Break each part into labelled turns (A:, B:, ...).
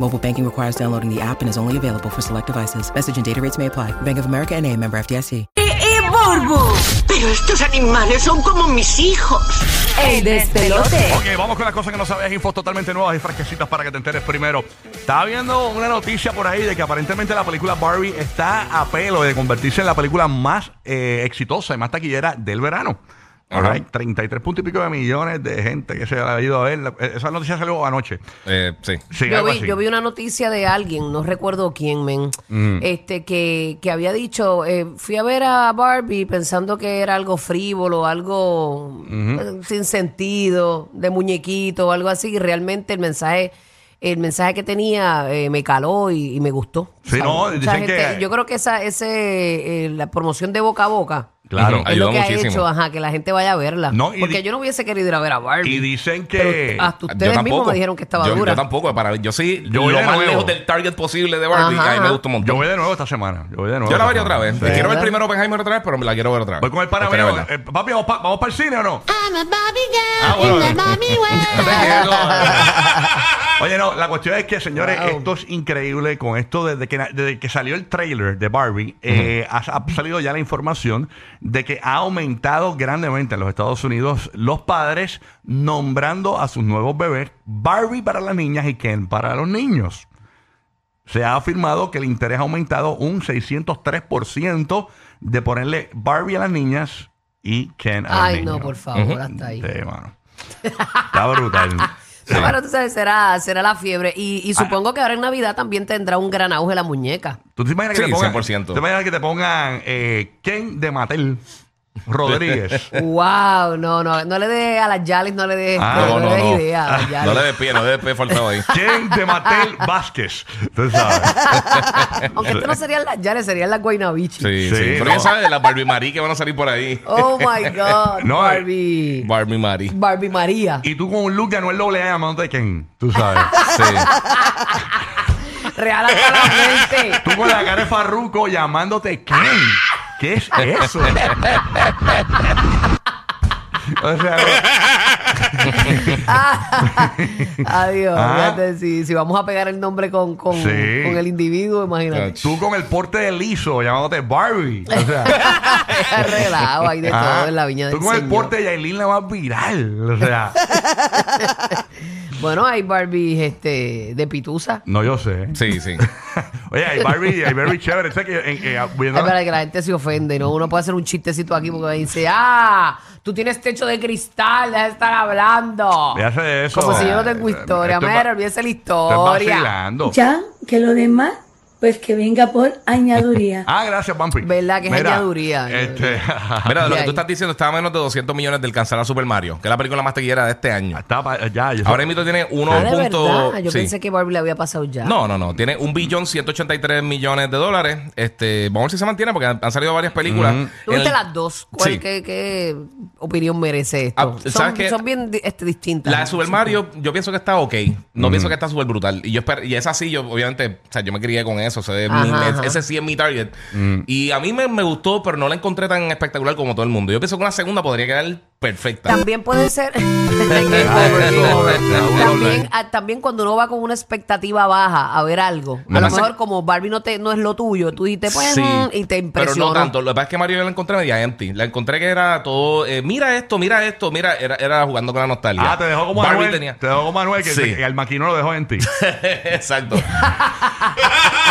A: Mobile banking requires downloading the app and is only available for select devices. Message and data rates may apply. Bank of America and a member FDIC.
B: y, y Burbu.
C: Pero estos animales son como mis hijos.
B: El despelote.
D: Ok, vamos con las cosas que no sabes, infos totalmente nuevas y fresquecitas para que te enteres primero. Estaba viendo una noticia por ahí de que aparentemente la película Barbie está a pelo de convertirse en la película más eh, exitosa y más taquillera del verano. All right, 33 punto y pico de millones de gente que se ha ido a ver. La- eh, Esa noticia salió anoche.
E: Eh, sí.
D: Sí,
C: Yo
D: algo
C: vi,
D: así.
C: yo vi una noticia de alguien, no recuerdo quién, men,
D: Mm.
C: este, que, que había dicho, eh, fui a ver a Barbie pensando que era algo frívolo, algo eh, sin sentido, de muñequito, algo así, y realmente el mensaje, el mensaje que tenía eh, me caló y, y me gustó.
D: Sí,
C: ¿Sabes?
D: no, dicen que-
C: Yo creo que esa, ese, eh, la promoción de boca a boca.
D: Claro.
C: es
E: Ayudó
C: lo que ha
E: muchísimo.
C: hecho, ajá, que la gente vaya a verla.
D: No, y
C: Porque
D: di-
C: yo no hubiese querido ir a ver a Barbie.
D: Y dicen que.
C: Pero ah, hasta
E: Yo
C: ustedes mismos
E: tampoco.
C: me dijeron que estaba
E: yo,
C: dura.
E: Yo tampoco. Para, yo sí,
D: Yo voy
E: lo
D: de
E: más
D: nuevo.
E: lejos del target posible de Barbie.
C: Ajá,
E: a mí me
C: ajá.
E: gusta un montón.
D: Yo voy de nuevo esta semana. Yo voy de nuevo.
E: Yo la
D: esta
E: veré otra
D: semana.
E: vez.
D: Sí.
E: Quiero ver
C: ¿Verdad?
E: primero Oppenheimer otra vez, pero me la quiero ver otra vez.
D: Voy con el pana
E: Espero
D: mío.
E: verla.
D: Eh, papi, ¿vamos para el cine o no?
F: I'm a Barbie girl
E: Ah, bueno.
F: in the Barbie
E: No te
F: world.
E: quiero.
D: Oye, no, la cuestión es que, señores, esto es increíble con esto desde que, na- desde que salió el trailer de Barbie, eh, ha, ha salido ya la información de que ha aumentado grandemente en los Estados Unidos los padres nombrando a sus nuevos bebés Barbie para las niñas y Ken para los niños. Se ha afirmado que el interés ha aumentado un 603% de ponerle Barbie a las niñas y Ken a los
C: Ay,
D: niños.
C: no, por favor, hasta ahí.
D: Sí, mano. Está brutal. Sí.
C: No, pero tú sabes, será, será la fiebre. Y, y supongo que ahora en Navidad también tendrá un gran auge la muñeca.
D: ¿Tú te imaginas que
E: Sí,
D: te pongan,
E: 100%.
D: ¿te imaginas que te pongan eh, Ken de Matel Rodríguez?
C: ¡Wow! No, no, no le dé a las Yalis, no le dé
D: Ah,
C: no,
E: No,
C: le
E: no,
C: dé
E: no.
C: idea a las Yalis.
E: No le despide, no le despide faltado ahí.
D: Ken de Matel Vázquez. Tú sabes.
C: Aunque esto no serían las Yalis, serían las Guaynabichi.
E: Sí,
D: Sí,
E: sí. Pero
D: no.
E: ya sabes de las Barbie Marie que van a salir por ahí.
C: ¡Oh, my God!
D: No,
C: Barbie.
E: Barbie Marie.
C: Barbie María.
D: Y tú con un look de Anuel Doble A llamándote Ken. Tú sabes.
E: Sí.
C: Real hasta la mente.
D: Tú con la cara de Farruko llamándote Ken. ¿Qué es eso? o sea,
C: Adiós.
D: Ah.
C: fíjate, si, si vamos a pegar el nombre con, con,
D: Sí.
C: con el individuo, imagínate.
D: tú con el porte de liso llamándote Barbie. O sea,
C: Relajo, hay de
D: ah,
C: todo en la viña del
D: tú con el
C: Señor.
D: porte de Yailin la más viral. O sea,
C: Bueno, hay Barbies este, de pitusa.
D: no, yo sé.
E: Sí, sí.
D: Oye, hay Barbie, hay Barbie chévere. Sé que en- eh, viendo-
C: Es para que la gente se ofende, ¿no? Uno puede hacer un chistecito aquí porque dice, ah, tú tienes techo de cristal, deja de estar hablando.
D: Me hace eso.
C: Como si yo no tengo historia.
D: Esto es
C: Mira,
D: va-
C: olvídese la
D: esto es
C: historia.
D: vacilando.
G: Ya, que lo demás, pues que venga por añaduría.
D: Ah, gracias, Pampi.
C: ¿Verdad que es añaduría?
D: Este,
E: Mira, lo
C: Y
E: que
C: ahí.
E: tú estás diciendo está a menos de 200 millones de alcanzar a Super Mario, que es la película más taquillera de este año.
D: está pa- ya, yo
E: Ahora mismo tiene
C: Ah,
E: 1.
C: de
E: punto-
C: verdad. Yo
E: sí.
C: pensé que Barbie le había pasado ya.
E: No, no, no. Tiene un billón 183 millones de dólares. Este, vamos a ver si se mantiene porque han, han salido varias películas. En
C: Tuviste
E: el-
C: las dos. ¿Cuál,
E: Sí.
C: qué, qué opinión merece esto?
E: Ah, ¿sabes
C: son,
E: qué?
C: son bien di- este, distintas.
E: La de
C: ¿no?
E: Super Mario, yo pienso que está ok. No pienso que está súper brutal. Y yo espero, y esa sí, yo obviamente, o sea, yo me crié con eso. O sea, es
C: Ajá,
E: mi- es-
C: ajá. Mm.
E: ese sí es mi target. Y a mí me, me gustó, pero no la encontré tan espectacular como todo el mundo. Yo pienso que una segunda podría quedar perfecta.
C: También puede ser.
D: Ah, eso, eso,
C: también,
D: eso.
C: ah, también cuando uno va con una expectativa baja a ver algo. A
E: Me
C: lo
E: pasa
C: mejor
E: que-
C: como Barbie no te no es lo tuyo, tú dijiste pues
E: Sí,
C: mm, y te
E: Pero
C: impresionó.
E: no tanto. Lo que pasa es que Mario yo la encontré media empty. La encontré que era todo. eh, mira esto, mira esto, mira. Era, era jugando con la nostalgia.
D: Ah, te dejó como
E: Barbie
D: Manuel.
E: tenía-
D: Te dejó como Manuel que,
E: Sí.
D: que el maquino lo dejó en ti.
E: Exacto.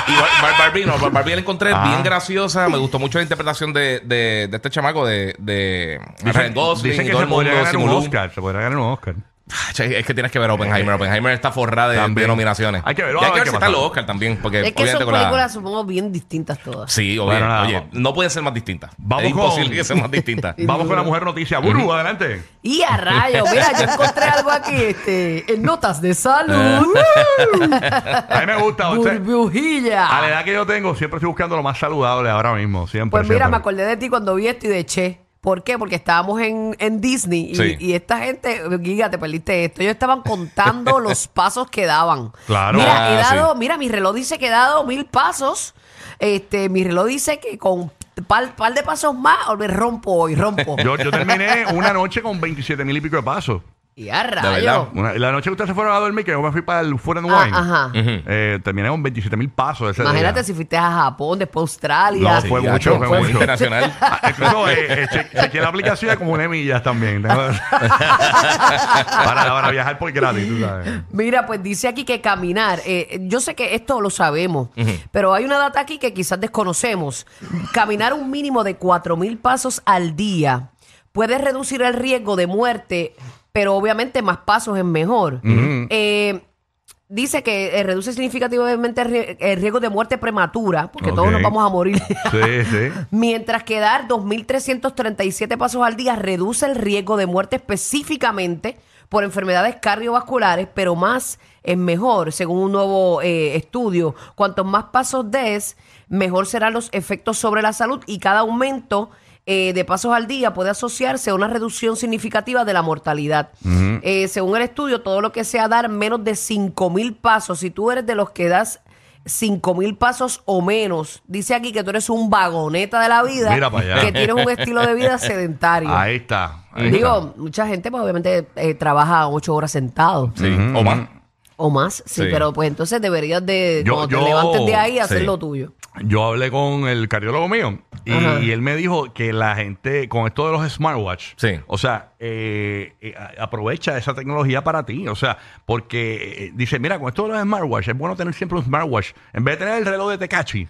E: y Bar- Bar- Barbie, no, Bar- Barbie la encontré
D: Ah.
E: bien graciosa. Me gustó mucho la interpretación de, de, de este chamaco de, de Ryan Gosling
D: dicen
E: y
D: que
E: todo
D: se
E: el
D: podría
E: mundo
D: ganar un
E: simuló.
D: Oscar. Se podría ganar un Oscar.
E: Ah, che, Es que tienes que ver Oppenheimer. Oppenheimer está forrada de,
D: También.
E: de nominaciones.
D: Hay que verlo,
E: Y hay
D: a
E: que
D: ver
E: ver
D: qué
E: si están
D: pasa.
E: los Oscar también. Porque
C: es que son
E: obviamente con la-
C: películas, supongo, bien distintas todas.
E: Sí, obvio.
D: Bueno, nada,
E: Oye,
D: vamos.
E: no pueden ser más distintas.
D: Vamos
E: es
D: con-
E: imposible que sean más distintas.
D: Vamos con la mujer noticia. Buru, adelante.
C: Y a rayos, mira, yo encontré algo aquí, este, en notas de salud.
D: A mí me gusta. usted- a la
C: Burbujilla.
D: edad que yo tengo, siempre estoy buscando lo más saludable ahora mismo. Siempre.
C: Pues mira,
D: siempre.
C: me acordé de ti cuando vi esto y de Che. ¿Por qué? Porque estábamos en, en Disney y,
E: Sí.
C: y esta gente, Giga, te perdiste esto. Ellos estaban contando los pasos que daban.
D: Claro.
C: Mira, he
E: Ah, sí.
C: dado, mira, mi reloj dice que he dado mil pasos. Este, mi reloj dice que con par, par de pasos más o me rompo hoy, rompo.
D: Yo, yo terminé una noche con 27 mil y pico de pasos.
C: y a
E: verdad.
C: rayos.
D: Una- la noche que ustedes se fueron a dormir, que yo me fui para el Food and
C: Ah,
D: Wine,
C: ajá.
D: eh, terminé con 27 mil pasos ese
C: Imagínate
D: día.
C: si fuiste a Japón, después a Australia.
D: No, fue
E: Sí,
D: mucho, fue mucho.
E: internacional.
D: Ah, Incluso eh, eh, che- chequeé la aplicación como una millas también. Tengo- para, para viajar por gratis, tú sabes.
C: Mira, pues dice aquí que caminar. eh, yo sé que esto lo sabemos, pero hay una data aquí que quizás desconocemos. Caminar un mínimo de 4.000 pasos al día puede reducir el riesgo de muerte, pero obviamente más pasos es mejor. Eh, dice que eh, reduce significativamente el rie- el riesgo de muerte prematura, porque todos
D: Ok.
C: nos vamos a morir.
D: Sí, sí.
C: Mientras que dar 2.337 pasos al día reduce el riesgo de muerte específicamente por enfermedades cardiovasculares, pero más es mejor, según un nuevo eh, estudio. Cuantos más pasos des, mejor serán los efectos sobre la salud y cada aumento eh, de pasos al día puede asociarse a una reducción significativa de la mortalidad. Eh, según el estudio, todo lo que sea dar menos de 5.000 pasos, si tú eres de los que das 5 mil pasos o menos. Dice aquí que tú eres un vagoneta de la vida.
D: Mira para allá.
C: Que tienes un estilo de vida sedentario.
D: Ahí está. ahí
C: Digo,
D: está.
C: mucha gente, pues obviamente, eh, trabaja ocho horas sentado.
E: Sí, o más.
C: O más, sí,
E: Sí.
C: Pero pues entonces deberías de,
D: Yo-
C: cuando te
D: yo-
C: levantes de ahí, hacer
E: sí.
C: lo tuyo.
D: Yo hablé con el cardiólogo mío y,
C: Ajá.
D: y él me dijo que la gente, con esto de los smartwatch,
E: Sí.
D: o sea, eh, eh, a- aprovecha esa tecnología para ti, o sea, porque eh, dice, mira, con esto de los smartwatch, es bueno tener siempre un smartwatch, en vez de tener el reloj de Tecachi.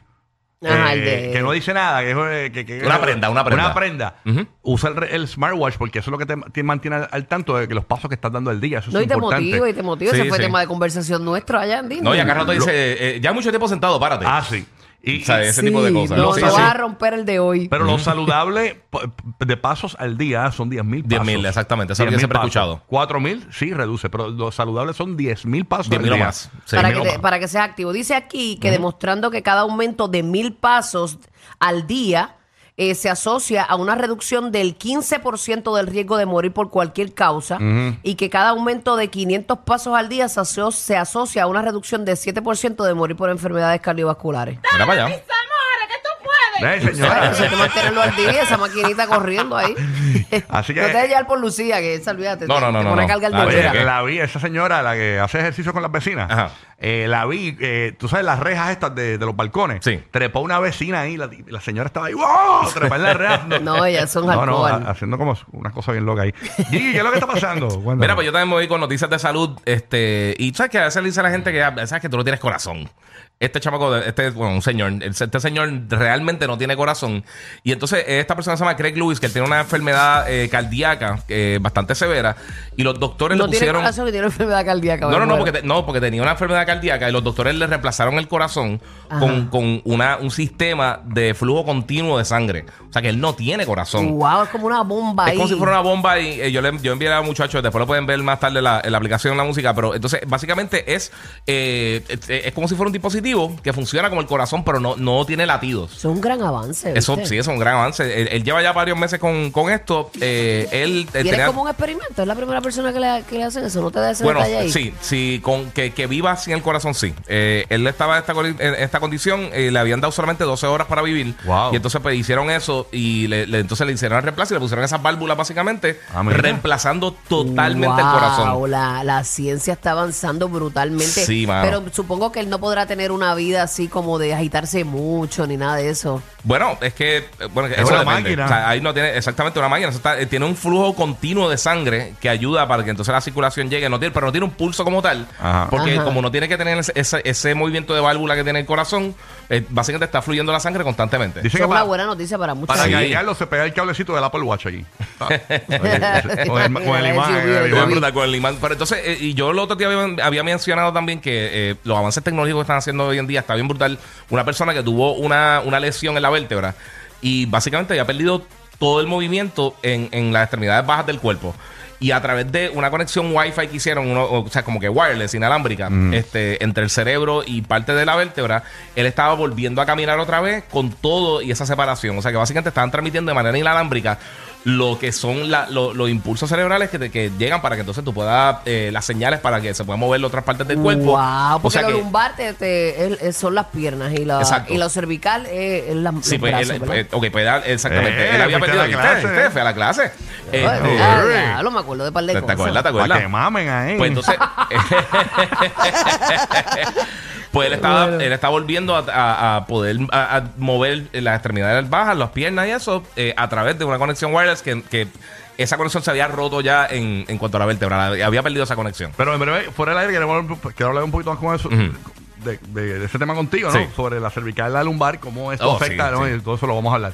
C: Ajá,
D: eh,
C: el de-
D: Que no dice nada. Que, es, eh, que- que-
E: Una prenda, una prenda.
D: Una prenda. Usa el, re- el smartwatch porque eso es lo que te, te mantiene al, al tanto de que los pasos que estás dando al día. Eso
C: No,
D: es
C: y te
D: importante.
C: motiva, y te motiva.
E: Sí,
C: Ese fue
E: sí.
C: tema de conversación nuestro allá en Disney.
E: No, y acá rato dice, eh, ya mucho tiempo sentado, párate.
D: Ah, sí. Y,
E: O sea, ese tipo de
C: Sí,
E: cosas.
C: No,
E: Sí,
C: no
E: sí.
C: vas a romper el de hoy.
D: Pero lo saludable p- p- de pasos al día son 10.000 mil pasos.
E: 10.000, exactamente, eso es lo que siempre he escuchado.
D: 4.000, sí, reduce, pero lo saludable son 10.000 pasos
E: 10
D: al
E: mil o
D: día.
E: más. Sí.
C: para,
D: mil
C: que
D: o
C: te-
D: más.
C: para que seas activo. Dice aquí que demostrando que cada aumento de mil pasos al día eh, se asocia a una reducción del 15% del riesgo de morir por cualquier causa y que cada aumento de 500 pasos al día se, aso- se asocia a una reducción del 7% de morir por enfermedades cardiovasculares.
E: Mira para allá.
D: Eh, señora.
C: Eso hay que mantenerlo al día, esa maquinita corriendo ahí.
D: Así que-
C: no te dejes llevar por Lucía, que esa, olvídate,
E: No,
C: te-
E: no, no,
C: te
E: no,
C: pone a
E: no.
C: cargar
E: A ver,
C: lonchera.
D: Oye,
E: Ah, ¿qué?
D: la vi, esa señora, la que hace ejercicio con las vecinas,
E: Ajá.
D: eh, la vi, eh, tú sabes, las rejas estas de, de los balcones.
E: Sí.
D: Trepó una vecina ahí, la, la señora estaba ahí, ¡wow! Trepar las rejas.
C: No, ellas son
D: No, no,
C: hardcore.
D: ha- haciendo como una cosa bien loca ahí. Gigi, ¿qué es lo que está pasando? Cuéntame.
E: Mira, pues yo también me voy con noticias de salud. Este, y sabes que a veces le dice a la gente que ah, sabes que tú no tienes corazón. Este chamaco, de- este, bueno, un señor, el- este señor realmente no tiene corazón. Y entonces eh, esta persona se llama Craig Lewis, que él tiene una enfermedad eh, cardíaca eh, bastante severa. Y los doctores
C: no
E: le
C: tiene
E: pusieron.
C: corazón y tiene enfermedad cardíaca.
E: No, no, no,
C: bueno.
E: porque, te- no, porque tenía una enfermedad cardíaca y los doctores le reemplazaron el corazón con, con una, un sistema de flujo continuo de sangre. O sea que él no tiene corazón.
C: Wow, es como una bomba ahí.
E: Es como si fuera una bomba y eh, yo, le, yo envié a los muchachos, después lo pueden ver más tarde en la, en la aplicación de la música, pero entonces básicamente es, eh, es, es como si fuera un dispositivo dispositivo que funciona como el corazón, pero no, no tiene latidos.
C: Eso es un gran avance.
E: Eso
C: ¿viste?
E: sí es un gran avance. Él, él lleva ya varios meses con, con esto. Eh, él eh,
C: Y eres
E: tenía-
C: como un experimento, es la primera persona que le, que le hacen eso, no te da ese
E: bueno,
C: detalle ahí.
E: sí, sí, con que, que viva sin el corazón, sí. Eh, él estaba en esta, coli- en esta condición, eh, le habían dado solamente 12 horas para vivir.
D: Wow.
E: Y entonces pues, hicieron eso y le, le- entonces le hicieron el reemplazo y le pusieron esas válvulas básicamente,
D: Ah, mira.
E: reemplazando totalmente el
C: Wow,
E: corazón.
C: La, la ciencia está avanzando brutalmente.
E: Sí, mano.
C: Pero supongo que él no podrá tener una vida así como de agitarse mucho ni nada de eso.
E: Bueno, es que eh, bueno, eso
D: una
E: depende.
D: máquina.
E: O sea, ahí no tiene exactamente una máquina. Eso está- eh, tiene un flujo continuo de sangre que ayuda para que entonces la circulación llegue. No tiene, pero no tiene un pulso como tal.
D: Ajá.
E: Porque
C: Ajá.
E: como no tiene que tener ese, ese- ese movimiento de válvula que tiene el corazón, eh, básicamente está fluyendo la sangre constantemente.
D: Dice
C: Eso
D: que
C: es una
D: para,
C: buena noticia para muchos.
D: para
E: Sí.
D: gallarlo se pega el cablecito del Apple Watch allí. con el, con el
C: La
D: imán.
C: SUV,
D: el
E: Pero
D: imán.
E: es brutal con el imán. Pero entonces, eh, y yo el otro día había, había mencionado también que eh, los avances tecnológicos que están haciendo hoy en día está bien brutal. Una persona que tuvo una, una lesión en la vértebra y básicamente había perdido todo el movimiento en, en las extremidades bajas del cuerpo. Y a través de una conexión Wi-Fi que hicieron, uno- o sea, como que wireless, inalámbrica, este, entre el cerebro y parte de la vértebra, él estaba volviendo a caminar otra vez con todo y esa separación. O sea, que básicamente estaban transmitiendo de manera inalámbrica lo que son la- lo- los impulsos cerebrales que, te- que llegan para que entonces tú puedas eh, las señales para que se puedan mover las otras partes del cuerpo.
C: Wow, porque
E: o sea
C: lo
E: que,
C: lumbar te- te- es- es- son las piernas y, la,
E: Exacto.
C: y lo cervical es, es la,
E: Sí,
C: los
E: pues,
C: brazos,
E: él-
C: ¿verdad?
E: eh, ok, pues él- exactamente.
D: Eh,
E: él había
D: fuiste a
E: perdido
D: la
E: ¿viste?
D: clase.
E: ¿viste? Fue a la clase. Eh,
C: Ah,
D: eh,
C: ah,
D: eh.
C: diablo, me acuerdo de par de
E: ¿Te, te
C: cosas.
E: acuerdas? ¿Te
D: Para
E: acuerdas?
D: que mamen ahí.
E: Pues entonces. pues él estaba, él estaba volviendo a, a- a poder a, a mover las extremidades bajas, las piernas y eso, eh, a través de una conexión wireless que. que esa conexión se había roto ya en, en cuanto a la vértebra, la- había perdido esa conexión.
D: Pero en breve, fuera del aire, queremos hablar un po- quiero hablar un poquito más con eso.
E: Ujú.
D: De, de- de ese tema contigo, ¿no?
E: Sí.
D: Sobre la cervical, la lumbar, cómo esto
E: Oh,
D: afecta,
E: sí,
D: ¿no?
E: sí.
D: Y todo eso lo vamos a hablar.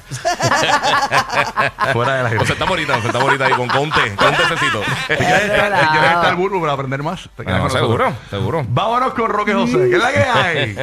D: Fuera del aire.
E: Nos sentamos ahorita, nos sentamos ahorita ahí con Conte, con un tececito.
D: Si quieres estar, si quieres estar burbu para aprender más, te quedas
E: Ah,
D: con nosotros.
E: seguro, seguro.
D: Vámonos con Roque José. ¿Qué es la que hay?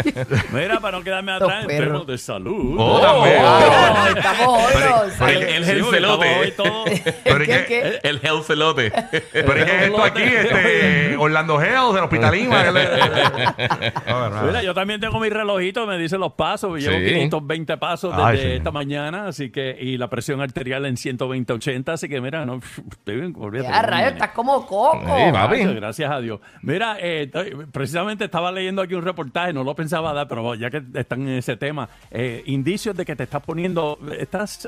F: Mira, para no quedarme
C: Los
F: atrás,
C: perros.
F: enfermo de salud.
E: Oh, también.
C: Ah, estamos hoyos.
E: pero el- el-
F: Sí, porque estamos
E: celote.
F: hoy todos-
D: Pero es
C: ¿Qué,
D: que,
C: qué?
E: El Hell Celote.
D: pero es que esto aquí, este, Orlando Heos del Hospital Inma. que le- A ver,
F: Mira,
D: nada.
F: yo también tengo mi relojito, me dice los pasos,
E: Ah. Sí.
F: llevo 520 pasos desde
D: Ay, sí.
F: esta mañana, así que, y la presión arterial en 120-80, así que mira, no, estoy bien, olvídate.
C: Ya, Ah, rayos, estás como coco.
E: Sí, papi.
F: Gracias, Ah, pues, gracias a Dios. Mira, eh, t- precisamente estaba leyendo aquí un reportaje, no lo pensaba dar, pero ya que están en ese tema, eh, indicios de que te estás poniendo, estás,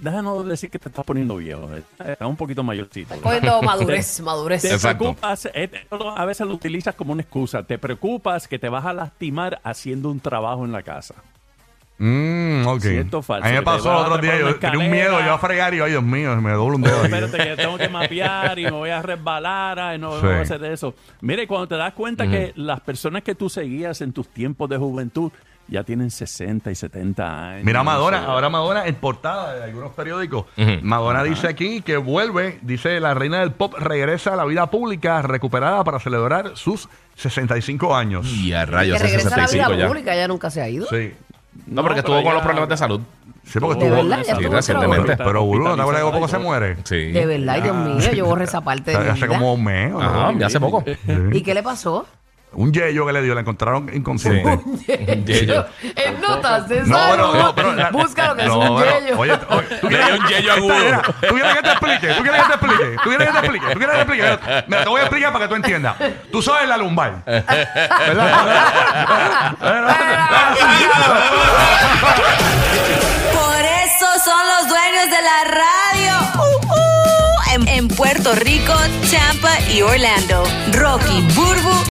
F: déjanos decir que te estás poniendo viejo, eh, estás un poquito mayorcito.
C: Cogiendo madurez, madurez.
F: Te
E: Exacto.
F: preocupas, eh, te- a veces lo utilizas como una excusa, te preocupas que te vas a lastimar haciendo un trabajo en la casa.
D: Mm, ok.
F: Cierto o falso,
D: A mí me
F: que te vas
D: pasó
F: a
D: el otro día,
F: trepar
D: yo
F: una
D: tenía un
F: escalera.
D: miedo, yo iba a fregar y yo, ay Dios mío, me doblo un dedo. aquí.
F: Espérate, que tengo que mapear y me voy a resbalar, ay, no, no
D: Sí.
F: voy a hacer eso. Mire, cuando te das cuenta que las personas que tú seguías en tus tiempos de juventud ya tienen 60 y 70 años.
D: Mira a Madonna,
F: Sí.
D: ahora Madonna en portada de algunos periódicos.
E: Ujú.
D: Madonna dice aquí que vuelve, dice la reina del pop, regresa a la vida pública recuperada para celebrar sus 65 años.
E: Y a
C: que
E: rayos, ese
C: regresa a la
E: 65
C: vida
E: ya.
C: pública, ya nunca se ha ido.
D: Sí.
E: No, porque estuvo
F: pero
E: con
F: ya-
E: los problemas de salud.
D: Sí, porque
C: De
D: estuvo.
C: verdad, ya
D: sí,
C: tuvo otro.
D: recientemente. Pero boludo, ¿no te acuerdas que poco se
F: Ay,
D: muere?
E: Sí.
C: De verdad, ay, Dios mío, yo borré esa parte de mi
D: Hace
C: vida.
D: Ah. como un mes. ¿o no?
E: Ajá, ya hace poco.
C: ¿Y qué le pasó?
D: Un yeyo que le dio, la encontraron inconsciente.
E: Yello.
C: en notas de
D: No,
C: salud,
D: no, no, pero la-
C: busca lo que
D: No,
C: es un
D: pero,
C: yello.
D: Oye, oye, tú
E: Le
D: quieres-
E: dio un yello
D: Esta
E: agudo.
D: era- Tú quieres que te explique, tú quieres que te explique, tú quieres que te explique, tú quieres que te explique. Mira, te voy a explicar para que tú entiendas. Tú sabes la lumbar. ¿Verdad?
B: Por eso son los dueños de la radio. Uh, uh. En, en Puerto Rico, Tampa y Orlando. Rocky, Burbu